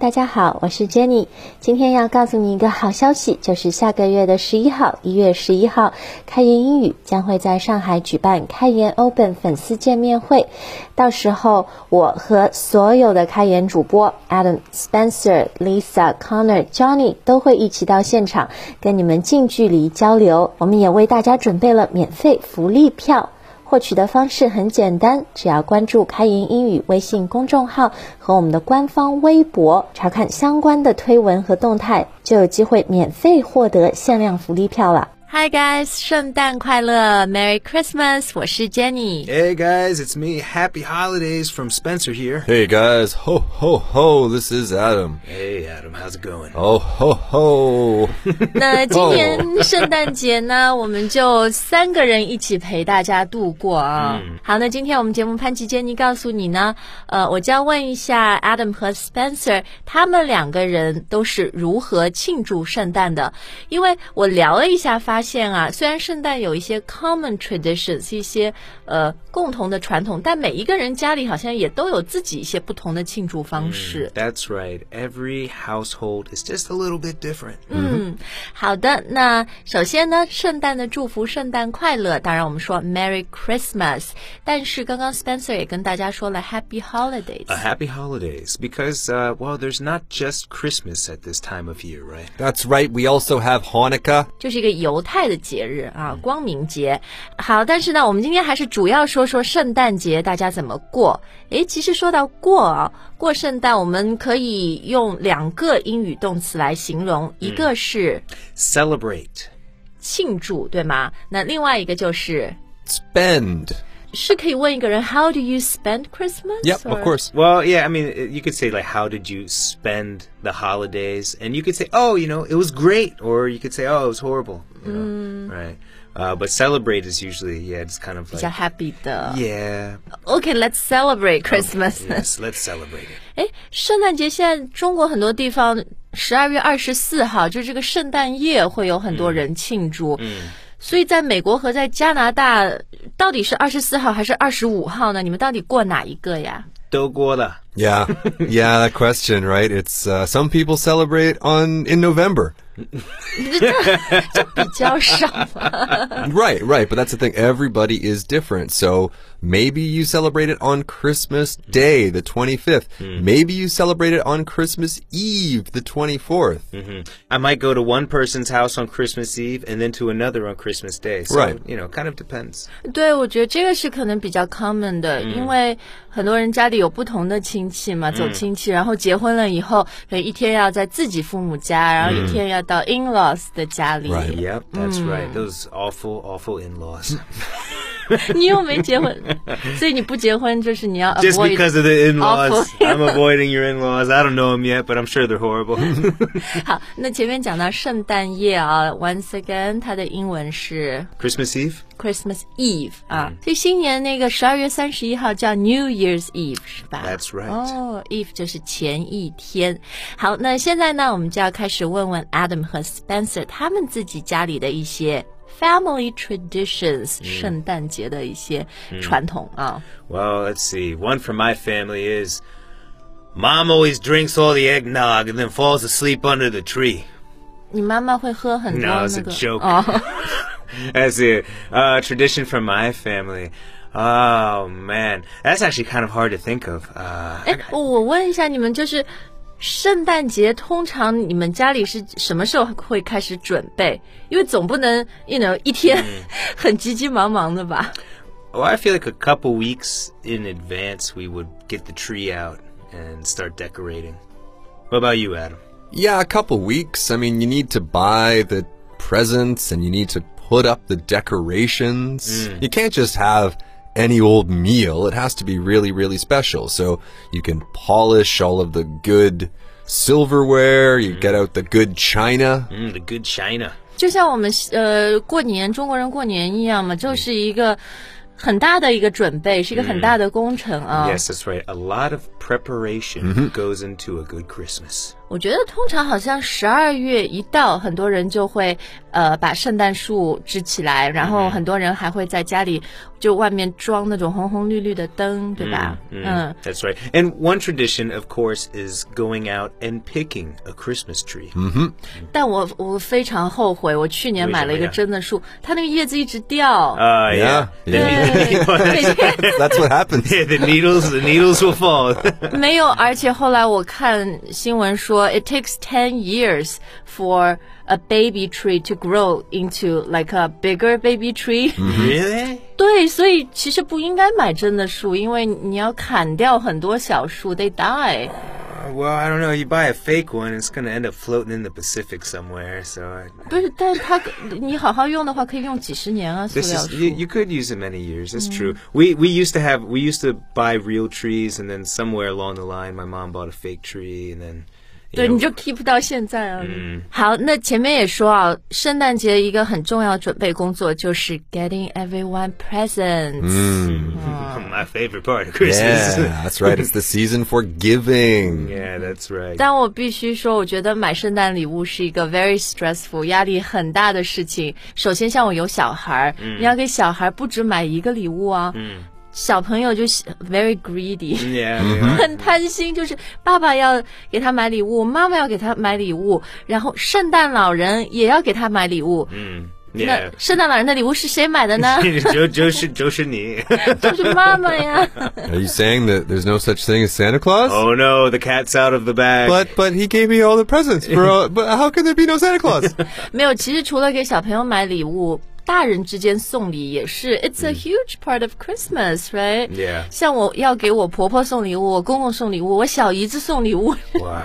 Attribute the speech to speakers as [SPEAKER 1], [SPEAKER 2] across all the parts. [SPEAKER 1] 大家好，我是 Jenny。今天要告诉你一个好消息，就是下个月的十一号，一月十一号，开言英语将会在上海举办开言 Open 粉丝见面会。到时候，我和所有的开言主播 Adam、Spencer、Lisa、Connor、Johnny 都会一起到现场，跟你们近距离交流。我们也为大家准备了免费福利票。获取的方式很简单，只要关注“开言英语”微信公众号和我们的官方微博，查看相关的推文和动态，就有机会免费获得限量福利票了。
[SPEAKER 2] Hi guys，圣诞快乐，Merry Christmas！我是 Jenny。
[SPEAKER 3] Hey guys, it's me. Happy holidays from Spencer here.
[SPEAKER 4] Hey guys, ho ho ho, this is Adam.
[SPEAKER 3] Hey Adam, how's it going?
[SPEAKER 4] Oh ho ho.
[SPEAKER 2] 那今年圣诞节呢，我们就三个人一起陪大家度过啊。好，那今天我们节目潘吉 Jenny 告诉你呢，呃，我将问一下 Adam 和 Spencer，他们两个人都是如何庆祝圣诞的？因为我聊了一下，发现啊，虽然圣诞有一些 common traditions，一些呃共同的传统，但每一个人家里好像也都有自己一些不同的庆祝方式。
[SPEAKER 3] That's right. Every household is just a little bit different.
[SPEAKER 2] 好的，那首先呢，圣诞的祝福，圣诞快乐。当然，我们说 Merry Christmas，但是刚刚 Spencer 也跟大家说了 Happy Holidays。
[SPEAKER 3] A happy holidays because uh, well, there's not just Christmas at this time of year, right?
[SPEAKER 4] That's right, we also have Hanukkah.
[SPEAKER 2] 就是一个犹太的节日啊，
[SPEAKER 4] 嗯
[SPEAKER 2] 光明节。好，但是呢，我们今天还是主要说说圣诞节大家怎么过。诶，其实说到过啊，过圣诞我们可以用两个英语动词来形
[SPEAKER 4] 嗯
[SPEAKER 2] 容，一个是
[SPEAKER 3] Celebrate.
[SPEAKER 2] 庆祝，对吗？那另外一个就是
[SPEAKER 4] Spend.
[SPEAKER 2] 是可以问一个人 How do you spend Christmas？
[SPEAKER 4] Yep,
[SPEAKER 2] Or-
[SPEAKER 4] of course.
[SPEAKER 3] Well, yeah, I mean, it- you could say like, how did you spend the holidays? And you could say, oh, you know, it was great, or you could say, oh, it was horrible. You know, right? Uh, but celebrate is usually yeah, it's kind of
[SPEAKER 2] 比较
[SPEAKER 3] like
[SPEAKER 2] happy 的。
[SPEAKER 3] yeah,
[SPEAKER 2] OK，let's、celebrate Christmas。
[SPEAKER 3] yes, let's celebrate it.
[SPEAKER 2] 哎，圣诞节现在中国很多地方十二月二十四号，就是这个圣诞夜会有很多人庆祝。嗯，所以在美国和在加拿大，到底是二十四号还是二十五号呢？你们到底过哪一个 呀？
[SPEAKER 3] 都过了。
[SPEAKER 4] Yeah. Yeah, that question, right? It's uh, some people celebrate on in November.
[SPEAKER 2] 比较少 嘛。
[SPEAKER 4] Right, right, but that's the thing. Everybody is different. So maybe you celebrate it on Christmas Day, the 25th. Maybe you celebrate it on Christmas Eve, the 24th.
[SPEAKER 3] I might go to one person's house on Christmas Eve and then to another on Christmas Day. So,
[SPEAKER 4] Right.
[SPEAKER 3] You know, kind of depends.
[SPEAKER 2] 对，我觉得这个是可能比较 common 的，
[SPEAKER 4] 嗯
[SPEAKER 2] 因为很多人家里有不同的亲戚嘛，走亲戚，然后结婚了以后，可能一天要在自己父母家，然后一天要到 in laws 的家里。
[SPEAKER 4] Right.
[SPEAKER 3] Yep, that's
[SPEAKER 2] Hmm.
[SPEAKER 3] right. Those awful, awful in laws.
[SPEAKER 2] 你又没结婚，所以你不结婚就是你要
[SPEAKER 3] Just
[SPEAKER 2] avoid
[SPEAKER 3] because of the in laws.
[SPEAKER 2] awful.
[SPEAKER 3] I'm avoiding your in laws. I don't know them yet, but I'm sure they're horrible.
[SPEAKER 2] 好，那前面讲到圣诞夜啊，once again，它的英文是
[SPEAKER 3] Christmas Eve?
[SPEAKER 2] Christmas Eve 啊，
[SPEAKER 3] 嗯
[SPEAKER 2] 所以新年那个十二月三十一号叫 New Year's Eve 是吧
[SPEAKER 3] That's right.
[SPEAKER 2] 哦、e v e 就是前一天。好，那现在呢，我们就要开始问问 Adam 和 Spencer 他们自己家里的一些 family
[SPEAKER 3] 嗯
[SPEAKER 2] traditions，、圣诞节的一些传统啊。
[SPEAKER 3] Well, let's see. One from my family is Mom always drinks all the eggnog and then falls asleep under the tree.
[SPEAKER 2] 你妈妈会喝很多
[SPEAKER 3] No,
[SPEAKER 2] 那
[SPEAKER 3] it's a
[SPEAKER 2] 个
[SPEAKER 3] joke.
[SPEAKER 2] 哦。
[SPEAKER 3] That's it. Uh, tradition from my family. Oh, man. That's actually kind of hard to think of. Uh,
[SPEAKER 2] 哎，我我问一下，你们就是圣诞节，通常你们家里是什么时候会开始准备？因为总不能，you know，一天 很急急忙忙的吧？
[SPEAKER 3] Well, I feel like a couple weeks in advance we would get the tree out and start decorating. What about you, Adam?
[SPEAKER 4] Yeah, a couple weeks. I mean, you need to buy the presents and you need to put up the decorations.
[SPEAKER 3] Mm.
[SPEAKER 4] You can't just have any old meal. It has to be really, really special. So you can polish all of the good silverware, you get out the good china.
[SPEAKER 3] Mm, the good china.
[SPEAKER 2] 就像我们呃过年中国人过年一样嘛，就是一个很大的一个准备，是一个很大的工程啊。
[SPEAKER 3] Yes, that's right. A lot of preparation goes into a good Christmas.
[SPEAKER 2] 我觉得通常好像十二月一到，很多人就会呃把圣诞树支起来，然后很多人还会在家里就外面装那种红红绿绿的灯，对吧？嗯
[SPEAKER 3] That's right. And one tradition, of course, is going out and picking a Christmas tree.
[SPEAKER 2] 但我我非常后悔，我去年买了一个真的树，它那个叶子一直掉。
[SPEAKER 3] Uh,
[SPEAKER 4] Yeah,
[SPEAKER 3] yeah.
[SPEAKER 2] yeah.
[SPEAKER 3] The, ne-
[SPEAKER 4] That's what happens.
[SPEAKER 3] Yeah, the needles, the needles will fall.
[SPEAKER 2] 没有，而且后来我看新闻说，it takes ten years for a baby tree to grow into like a bigger baby tree、
[SPEAKER 3] 嗯 really?
[SPEAKER 2] 对，所以其实不应该买真的树，因为你要砍掉很多小树，they die。
[SPEAKER 3] Uh, Well, I don't know. You buy a fake one, it's gonna end up floating in the Pacific somewhere. So I,
[SPEAKER 2] 不是，但是它你好好用的话，可以用几十年啊，塑
[SPEAKER 3] This
[SPEAKER 2] 料
[SPEAKER 3] is
[SPEAKER 2] 树。
[SPEAKER 3] you, you could use it many years. It's true. We we used to have we used to buy real trees, and then somewhere along the line, my mom bought a fake tree, and then
[SPEAKER 2] 对，
[SPEAKER 3] you
[SPEAKER 2] 你
[SPEAKER 3] know,
[SPEAKER 2] 就 keep 到现在啊。好，那前面也说啊，圣诞节一个很重要的准备工作就是 getting everyone presents。
[SPEAKER 3] my favorite part of
[SPEAKER 4] Yeah,
[SPEAKER 3] Christmas.
[SPEAKER 4] that's right. It's the season for giving.
[SPEAKER 3] Yeah, that's right.
[SPEAKER 2] 但我必须说，我觉得买圣诞礼物是一个 very stressful、压力很大的事情。首先，像我有小孩儿，你要给小孩不止买一个礼物啊。小朋友就是 very greedy。
[SPEAKER 3] yeah, they are.
[SPEAKER 2] 很贪心，就是爸爸要给他买礼物，妈妈要给他买礼物，然后圣诞老人也要给他买礼物。
[SPEAKER 3] yeah.？
[SPEAKER 2] 那圣诞老人的礼物是谁买的呢
[SPEAKER 3] Joe, Joe, should- Joe should need.
[SPEAKER 2] 就是妈妈呀。
[SPEAKER 4] Are you saying that there's no such thing as Santa Claus?
[SPEAKER 3] Oh no, the cat's out of the bag.
[SPEAKER 4] But but he gave me all the presents, bro. but how can there be no Santa Claus?
[SPEAKER 2] 没有，其实除了给小朋友买礼物，大人之间送礼也是，it's a huge part of Christmas，right？、
[SPEAKER 3] Yeah
[SPEAKER 2] 像我要给我婆婆送礼物，我公公送礼物，我小姨子送礼物。
[SPEAKER 3] wow.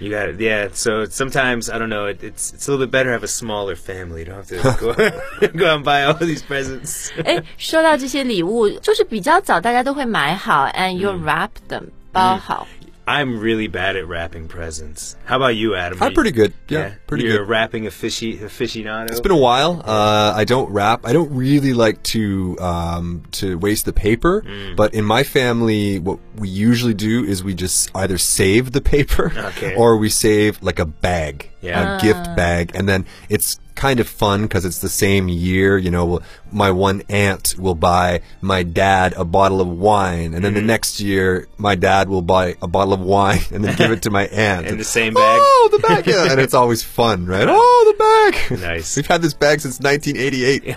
[SPEAKER 3] You got it. Yeah. So sometimes I don't know. It, it's it's a little bit better to have a smaller family. You don't have to go go out and buy all these presents.
[SPEAKER 2] 哎，说到这些礼物，就是比较早大家都会买好，and you wrap them，、包好。
[SPEAKER 3] I'm really bad at wrapping presents. How about you, Adam?
[SPEAKER 4] I'm pretty good. Yeah, pretty
[SPEAKER 3] You're
[SPEAKER 4] good.
[SPEAKER 3] a wrapping afici- aficionado.
[SPEAKER 4] It's been a while. Uh, I don't wrap. I don't really like to um, to waste the paper.
[SPEAKER 3] Mm.
[SPEAKER 4] But in my family, what we usually do is we just either save the paper
[SPEAKER 3] Okay.
[SPEAKER 4] or we save like a bag,
[SPEAKER 3] Yeah.
[SPEAKER 4] a gift bag, and then it's kind of fun because it's the same year. You know, we'll- my one aunt will buy my dad a bottle of wine, and
[SPEAKER 3] Mm-hmm.
[SPEAKER 4] then the next year my dad will buy a bottle of wine and then give it to my aunt.
[SPEAKER 3] in
[SPEAKER 4] And-
[SPEAKER 3] the same bag.
[SPEAKER 4] Oh, the bag! Yeah, and it's always fun, right? Oh, the bag!
[SPEAKER 3] Nice.
[SPEAKER 4] We've had this bag since 1988.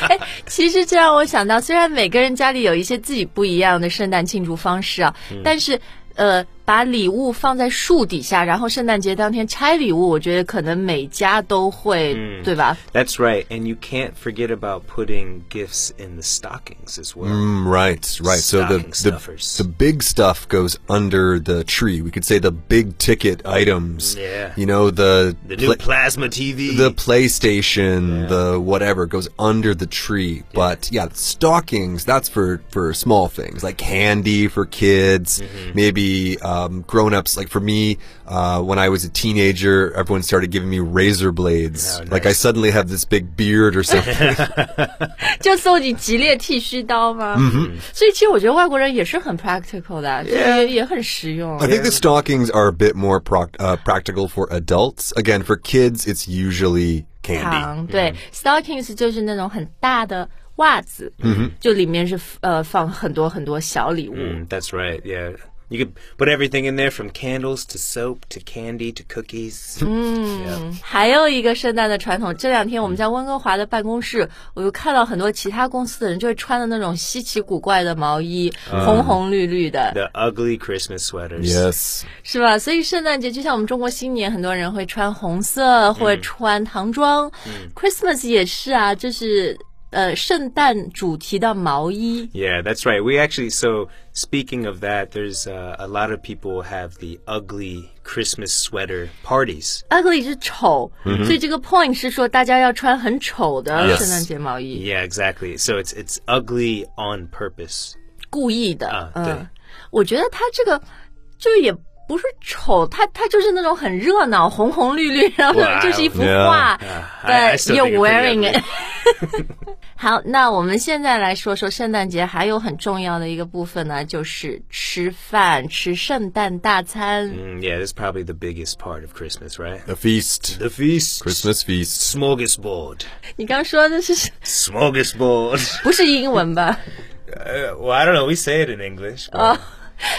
[SPEAKER 2] 哎， 其实这让我想到，虽然每个人家里有一些自己不一样的圣诞庆祝方式啊，但是呃，把礼物放在树底下，然后圣诞节当天拆礼物，我觉得可能每家都会，对吧？
[SPEAKER 3] That's right. And you can't forget about putting gifts in the stockings as well.
[SPEAKER 4] Mm, right, right. So the,
[SPEAKER 3] Stocking stuffers.
[SPEAKER 4] the the big stuff goes under the tree. We could say the big ticket items.
[SPEAKER 3] Yeah.
[SPEAKER 4] You know the
[SPEAKER 3] The new
[SPEAKER 4] pla-
[SPEAKER 3] plasma TV.
[SPEAKER 4] the PlayStation, the whatever goes under the tree. But yeah, stockings, that's for, for small things like candy for kids,
[SPEAKER 3] Mm-hmm.
[SPEAKER 4] maybe um, grown ups. Like for me, uh, when I was a teenager, everyone started giving me razor blades.
[SPEAKER 3] Oh,
[SPEAKER 4] Like I
[SPEAKER 3] nice.
[SPEAKER 4] suddenly have this big beard or something.
[SPEAKER 2] 就送你吉列剃须刀吗？嗯所以其实我觉得外国人也是很 practical 的，就是也也很实用
[SPEAKER 4] I。think the stockings are a bit more proc- uh, practical for adults. Again, for kids, it's usually candy.
[SPEAKER 2] 糖对、s t o c k i n g s 就是那种很大的袜子，嗯、就里面是呃放很多很多小礼物。
[SPEAKER 3] Mm, that's right. Yeah. You could put everything in there from candles to soap to candy to cookies. Yeah.
[SPEAKER 2] 还有一个圣诞的传统，这两天我们在温哥华的办公室，我就看到很多其他公司的人就会穿的那种稀奇古怪的毛衣，
[SPEAKER 3] 嗯
[SPEAKER 2] 红红绿绿的，
[SPEAKER 3] The ugly Christmas sweaters.
[SPEAKER 4] Yes.
[SPEAKER 2] 是吧？所以圣诞节就像我们中国新年，很多人会穿红色或者穿唐装、c
[SPEAKER 3] 嗯
[SPEAKER 2] h r i s t m a s 也是啊，就是呃圣诞主题的毛衣。
[SPEAKER 3] Yeah, that's right. We actually, so speaking of that, there's uh, a lot of people have the ugly Christmas sweater parties.
[SPEAKER 2] ugly 是丑，
[SPEAKER 3] 嗯
[SPEAKER 2] 所以这个 point 是说大家要穿很丑的
[SPEAKER 4] Yes
[SPEAKER 2] 圣诞节毛衣
[SPEAKER 3] Yeah, exactly. So it's it's ugly on purpose.
[SPEAKER 2] 故意的。
[SPEAKER 3] 啊对
[SPEAKER 2] 嗯，我觉得他这个就也不是丑，它它就是那种很热闹，红红绿绿，然后
[SPEAKER 3] Wow.
[SPEAKER 2] 就是一幅
[SPEAKER 4] Yeah.
[SPEAKER 2] 画。
[SPEAKER 3] Yeah, I- 哎 I
[SPEAKER 2] But
[SPEAKER 3] still
[SPEAKER 2] you're
[SPEAKER 3] think it's
[SPEAKER 2] wearing
[SPEAKER 3] pretty
[SPEAKER 2] it. 好，那我们现在来说说圣诞节还有很重要的一个部分呢，就是吃饭，吃圣诞大餐。
[SPEAKER 3] Mm, yeah, that's probably the biggest part of Christmas, right?
[SPEAKER 4] The feast.
[SPEAKER 3] The feast.
[SPEAKER 4] Christmas feast.
[SPEAKER 3] Smorgasbord.
[SPEAKER 2] 你刚说的是
[SPEAKER 3] Smorgasbord.
[SPEAKER 2] 不是英文吧？
[SPEAKER 3] Uh, well, I don't know. We say it in English.
[SPEAKER 2] Uh,
[SPEAKER 3] but-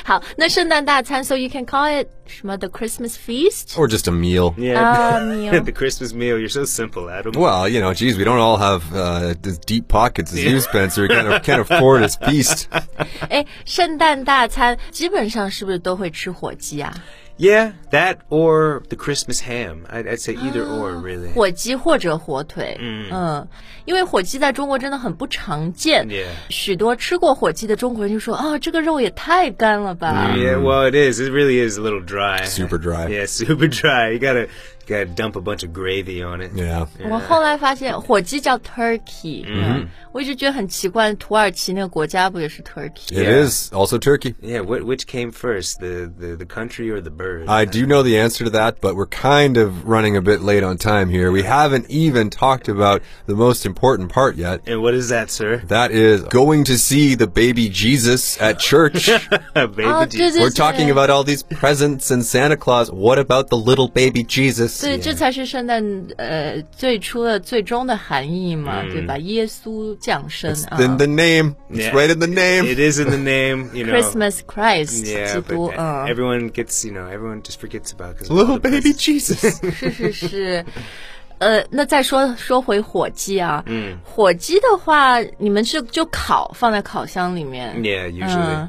[SPEAKER 2] 好，那圣诞大餐，so you can call it 什么 the Christmas feast
[SPEAKER 4] Or just a meal.
[SPEAKER 3] yeah.
[SPEAKER 2] 啊、meal um,
[SPEAKER 3] the Christmas meal. You're so simple, Adam.
[SPEAKER 4] Well, you know, geez, we don't all have uh, as deep pockets as you, Spencer. We can't, can't afford a feast.
[SPEAKER 2] 哎，圣诞大餐基本上是不是都会吃火鸡啊？
[SPEAKER 3] Yeah, that or the Christmas ham. I'd, I'd say either or, really.
[SPEAKER 2] 火鸡或者火腿，嗯因为火鸡在中国真的很不常见
[SPEAKER 3] Yeah.
[SPEAKER 2] 许多吃过火鸡的中国人就说啊、这个肉也太干了吧。
[SPEAKER 3] Yeah, well, it is. It really is a little dry.
[SPEAKER 4] Super dry.
[SPEAKER 3] Yeah, super dry. You gotta gotta dump a bunch of gravy on it.
[SPEAKER 4] Yeah.
[SPEAKER 2] 我后来发现火鸡叫 turkey，嗯，我一直觉得很奇怪，土耳其那个国家不也是 turkey？
[SPEAKER 4] It
[SPEAKER 3] Yeah.
[SPEAKER 4] is also turkey.
[SPEAKER 3] Yeah, what which came first, the the, the country or the bird?
[SPEAKER 4] I do know the answer to that, but we're kind of running a bit late on time here. We haven't even talked about the most important part yet.
[SPEAKER 3] and what is that, sir?
[SPEAKER 4] That is going to see the baby Jesus at church.
[SPEAKER 3] Baby
[SPEAKER 2] 哦，
[SPEAKER 3] Jesus.
[SPEAKER 2] 对对，对
[SPEAKER 4] We're talking about all these presents and Santa Claus. What about the little baby Jesus?
[SPEAKER 2] 对，这才是圣诞呃最初的最终的含义嘛，对吧？耶稣降生啊
[SPEAKER 4] In the name. It's
[SPEAKER 3] Yeah.
[SPEAKER 4] right in the name.
[SPEAKER 3] It is in the name, you know.
[SPEAKER 2] ，Christmas uh. Christ，
[SPEAKER 3] Yeah,
[SPEAKER 2] 基
[SPEAKER 3] but
[SPEAKER 2] 督，嗯。
[SPEAKER 3] everyone gets, you know, everyone just forgets about because
[SPEAKER 4] Little baby Jesus.
[SPEAKER 2] 是是是， 呃，那再说说回火鸡啊，嗯，火鸡的话，你们是就烤放在烤箱里面，
[SPEAKER 3] Yeah, usually.
[SPEAKER 2] Uh.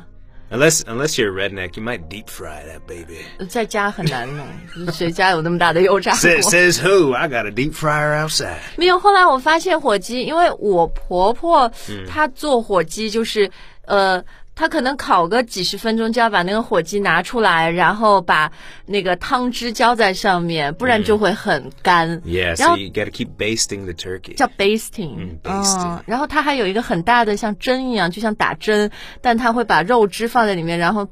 [SPEAKER 3] Unless unless you're a redneck, you might deep fry that baby.
[SPEAKER 2] 在家很难弄，谁家有那么大的油炸锅？
[SPEAKER 3] Says, says who? I got a deep fryer outside.
[SPEAKER 2] 没有。后来我发现火鸡，因为我婆婆她做火鸡就是，呃。她可能烤个几十分钟，就要把那个火鸡拿出来，然后把那个汤汁浇在上面，不然就会很干。然
[SPEAKER 3] Yeah, so
[SPEAKER 2] 后
[SPEAKER 3] you got to keep basting the turkey.
[SPEAKER 2] 叫 basting，
[SPEAKER 3] ，basting
[SPEAKER 2] 嗯然后它还有一个很大的像针一样，就像打针，但它会把肉汁放在里面，然后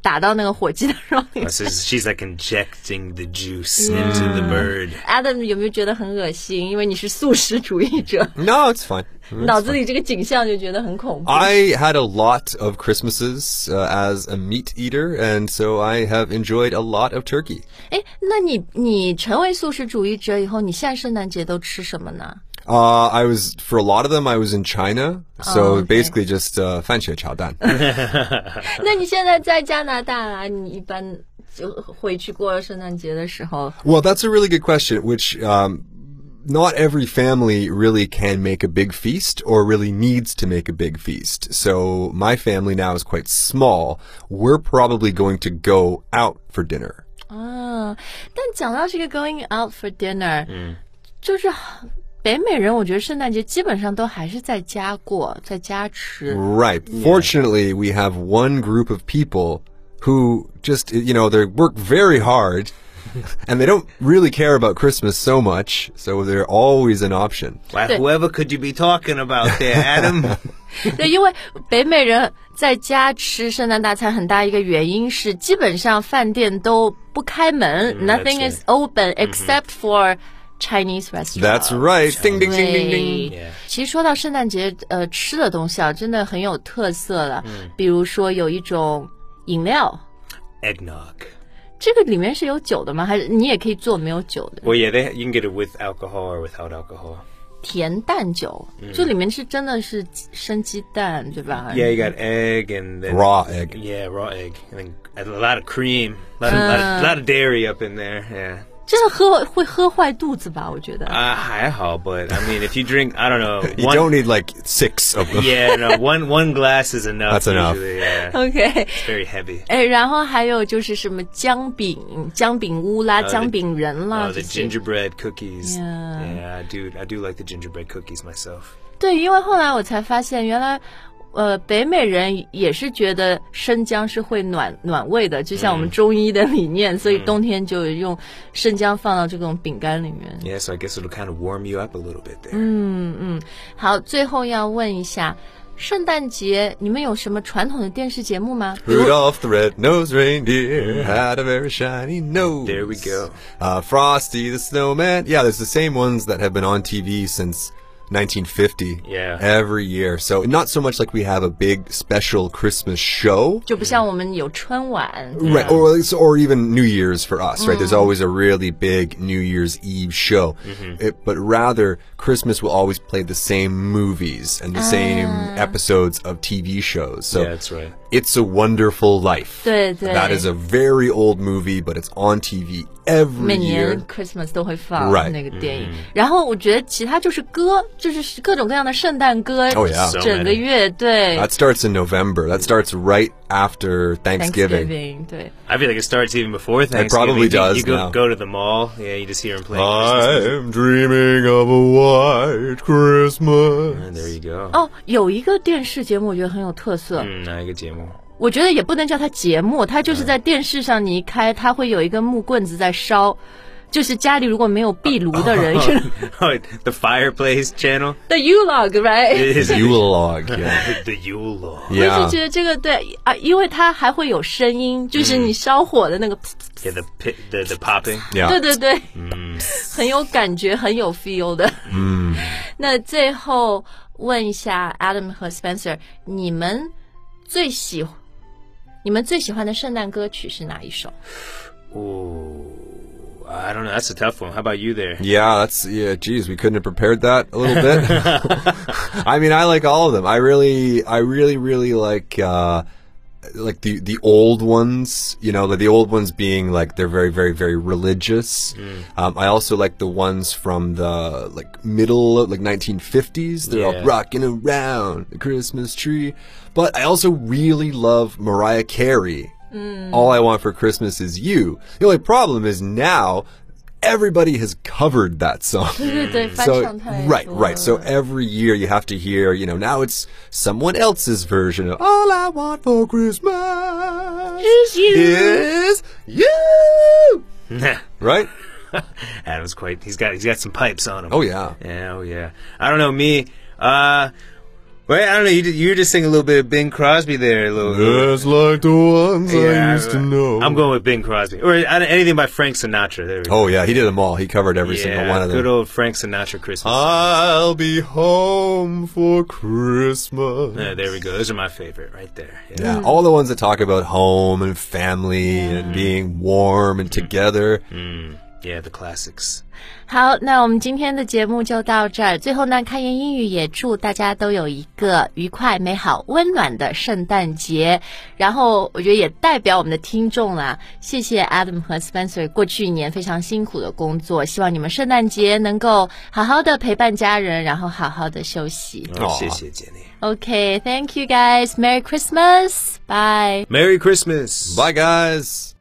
[SPEAKER 2] 打到那个火鸡的肉里
[SPEAKER 3] Uh,。so she's like injecting the juice into the bird.
[SPEAKER 2] Adam 有没有觉得很恶心？因为你是素食主义者，
[SPEAKER 4] no, it's fine.
[SPEAKER 2] 脑子里这个景象就觉得很恐怖。
[SPEAKER 4] I had a lot of Christmases uh, as a meat eater, and so I have enjoyed a lot of turkey.
[SPEAKER 2] 哎，那你你成为素食主义者以后，你现在圣诞节都吃什么呢？
[SPEAKER 4] Uh, I was for a lot of them. I was in China, so
[SPEAKER 2] Oh, okay.
[SPEAKER 4] basically just uh, 番茄炒蛋.
[SPEAKER 2] 那你现在在加拿大啊？你一般就回去过圣诞节的时候，
[SPEAKER 4] well, that's a really good question. Which um, not every family really can make a big feast, or really needs to make a big feast. So my family now is quite small. We're probably going to go out for dinner.
[SPEAKER 2] 嗯，但讲到这个 going out for dinner，嗯，就是北美人，我觉得圣诞节基本上都还是在家过，在家吃。
[SPEAKER 4] Right. Fortunately, we have one group of people who just, you know, they work very hard and they don't really care about Christmas so much, so they're always an option.
[SPEAKER 3] Why, whoever could you be talking about there, Adam?
[SPEAKER 2] 对，因为北美人在家吃圣诞大餐，很大一个原因是基本上饭店都不开门、n
[SPEAKER 4] 嗯
[SPEAKER 2] o t h i n g
[SPEAKER 3] that's
[SPEAKER 2] is open except for Chinese restaurant。
[SPEAKER 4] That's right. Ding, ding, ding, ding, ding.
[SPEAKER 2] 对
[SPEAKER 3] Yeah.，
[SPEAKER 2] 其实说到圣诞节，呃，吃的东西啊，真的很有特色了。
[SPEAKER 4] 嗯
[SPEAKER 2] 比如说有一种饮料，
[SPEAKER 3] Eggnog.
[SPEAKER 2] 这个里面是有酒的吗？还是你也可以做没有酒的
[SPEAKER 3] Well, yeah, they, you can get it with alcohol or without alcohol.
[SPEAKER 2] 甜蛋酒？
[SPEAKER 3] 嗯
[SPEAKER 2] 就里面是真的是鸡生鸡蛋，对吧
[SPEAKER 3] Yeah, you got egg and then
[SPEAKER 4] Raw egg.
[SPEAKER 3] Yeah, raw egg, and then and a lot of cream, a lot of, lot of, lot of dairy up in there. Yeah,
[SPEAKER 2] 这个喝会喝坏肚子吧？我觉得。
[SPEAKER 3] uh, 还好, but I mean, if you drink, I don't know,
[SPEAKER 4] You don't need like six of them.
[SPEAKER 3] yeah, no, one one glass is enough.
[SPEAKER 4] That's enough.
[SPEAKER 3] usually, Yeah,
[SPEAKER 2] OK，
[SPEAKER 3] very heavy.
[SPEAKER 2] 哎，然后还有就是什么姜饼、姜饼屋啦、
[SPEAKER 3] 啊对
[SPEAKER 2] 姜饼人啦
[SPEAKER 3] Oh,
[SPEAKER 2] 这
[SPEAKER 3] the
[SPEAKER 2] 些。
[SPEAKER 3] gingerbread cookies.
[SPEAKER 2] Yeah.
[SPEAKER 3] yeah, I do. I do like the gingerbread cookies myself.
[SPEAKER 2] 对，因为后来我才发现，原来，呃，北美人也是觉得生姜是会暖暖胃的，就像
[SPEAKER 3] 嗯
[SPEAKER 2] 我们中医的理念，所以冬天就用生姜放到这种饼干里面。
[SPEAKER 3] Yeah, so I guess it'll kind of warm you up a little bit there.
[SPEAKER 2] 好，最后要问一下，圣诞节你们有什么传统的电视节目吗？
[SPEAKER 4] Rudolph the red-nosed reindeer had a very shiny nose.
[SPEAKER 3] There we go.
[SPEAKER 4] Uh, Frosty the snowman. Yeah, there's the same ones that have been on TV since 1950.
[SPEAKER 3] Yeah.
[SPEAKER 4] Every year. So not so much like we have a big special Christmas show.
[SPEAKER 2] 就不像我们有春晚，
[SPEAKER 4] Right, or at least- or even New Year's for us, right?
[SPEAKER 3] Mm-hmm.
[SPEAKER 4] There's always a really big New Year's Eve show,
[SPEAKER 3] Mm-hmm.
[SPEAKER 4] it, but rather Christmas will always play the same movies and the same episodes of TV shows. So
[SPEAKER 3] Yeah, that's right.
[SPEAKER 4] It's a Wonderful Life.
[SPEAKER 2] 对，对。
[SPEAKER 4] That is a very old movie, but it's on TV every
[SPEAKER 2] 每年
[SPEAKER 4] year.
[SPEAKER 2] Christmas 都会放
[SPEAKER 4] Right
[SPEAKER 2] 那个电
[SPEAKER 3] 嗯
[SPEAKER 2] 影。然后我觉得其他就是歌，就是各种各样的圣诞歌
[SPEAKER 4] Oh, yeah.
[SPEAKER 3] So
[SPEAKER 2] 整个
[SPEAKER 3] many.
[SPEAKER 2] 月对
[SPEAKER 4] That starts in November. That starts right after Thanksgiving.
[SPEAKER 2] Thanksgiving 对。
[SPEAKER 3] I feel like it starts even before Thanksgiving.
[SPEAKER 4] probably
[SPEAKER 3] You-
[SPEAKER 4] does
[SPEAKER 3] You go,
[SPEAKER 4] now.
[SPEAKER 3] go to the mall, yeah, you just hear him playing. Christmas music.
[SPEAKER 4] I'm dreaming of a white Christmas.
[SPEAKER 3] And there you go.
[SPEAKER 2] 哦，有一个电视节目我觉得很有特色，
[SPEAKER 4] 嗯
[SPEAKER 3] Mm, now you get Jamo.
[SPEAKER 2] 我觉得也不能叫它节目，它就是在电视上你一开，它会有一根木棍子在烧，就是家里如果没有壁炉的人是
[SPEAKER 3] Oh, the fireplace channel
[SPEAKER 2] The U Log right。
[SPEAKER 3] is
[SPEAKER 4] Yule yeah.
[SPEAKER 3] the Yule log.
[SPEAKER 2] 我是
[SPEAKER 4] yeah.
[SPEAKER 2] 觉得这个对啊，因为它还会有声音，就是你烧火的那个，
[SPEAKER 3] Yeah, the pit, the the popping.
[SPEAKER 2] 对
[SPEAKER 4] 嗯 Yeah. 嗯
[SPEAKER 2] 对对， 很有感觉，很有 feel 的。嗯， 那最后问一下 Adam 和 Spencer，你们最喜欢你们最喜欢的圣诞歌曲是哪一首？
[SPEAKER 3] Ooh, I don't know. That's a tough one. How about you there?
[SPEAKER 4] Yeah, that's yeah. Geez, we couldn't have prepared that a little bit. I mean, I like all of them. I really, I really, really like uh, like the the old ones. You know, like the old ones being like they're very, very, very religious. Um, I also like the ones from the like middle of like 1950s. They're
[SPEAKER 3] Yeah.
[SPEAKER 4] all rocking around the Christmas tree. But I also really love Mariah Carey. All I want for Christmas is you. The only problem is now everybody has covered that song.
[SPEAKER 2] 对对，翻
[SPEAKER 4] 嗯 So
[SPEAKER 2] 唱太
[SPEAKER 4] right,
[SPEAKER 2] 多
[SPEAKER 4] right.
[SPEAKER 2] 了
[SPEAKER 4] So every year you have to hear, you know, now it's someone else's version of "All I Want for Christmas
[SPEAKER 2] Is You."
[SPEAKER 4] is you."
[SPEAKER 3] Nah,
[SPEAKER 4] Right?
[SPEAKER 3] Adam's quite. He's got he's got some pipes on him.
[SPEAKER 4] Oh yeah.
[SPEAKER 3] Yeah, oh yeah. I don't know me. Uh, wait, I don't know. You ju- you were just singing a little bit of Bing Crosby there, a little.
[SPEAKER 4] like the ones
[SPEAKER 3] Yeah, I'm going with Bing Crosby or I don't- anything by Frank Sinatra. There we go.
[SPEAKER 4] Oh yeah, he did them all. He covered every single one
[SPEAKER 3] yeah,
[SPEAKER 4] of
[SPEAKER 3] good
[SPEAKER 4] them. Ah.
[SPEAKER 3] old Frank Sinatra Christmas.
[SPEAKER 4] I'll be home for Christmas.
[SPEAKER 3] Yeah, there we go. Those are my favorite right there. Yeah.
[SPEAKER 4] Yeah, all the ones that talk about home and family and being warm and together.
[SPEAKER 3] Yeah, the classics.
[SPEAKER 2] 好，那我们今天的节目就到这儿。最后呢，开言英语也祝大家都有一个愉快、美好、温暖的圣诞节。然后，我觉得也代表我们的听众啦，谢谢 Adam 和 Spencer 过去一年非常辛苦的工作，希望你们圣诞节能够好好的陪伴家人，然后好好的休息。
[SPEAKER 3] Oh,
[SPEAKER 4] Aw.
[SPEAKER 3] shit, shit, Jenny.
[SPEAKER 2] OK，Thank、you guys，Merry Christmas，Bye。
[SPEAKER 3] Merry Christmas.
[SPEAKER 4] Bye, guys.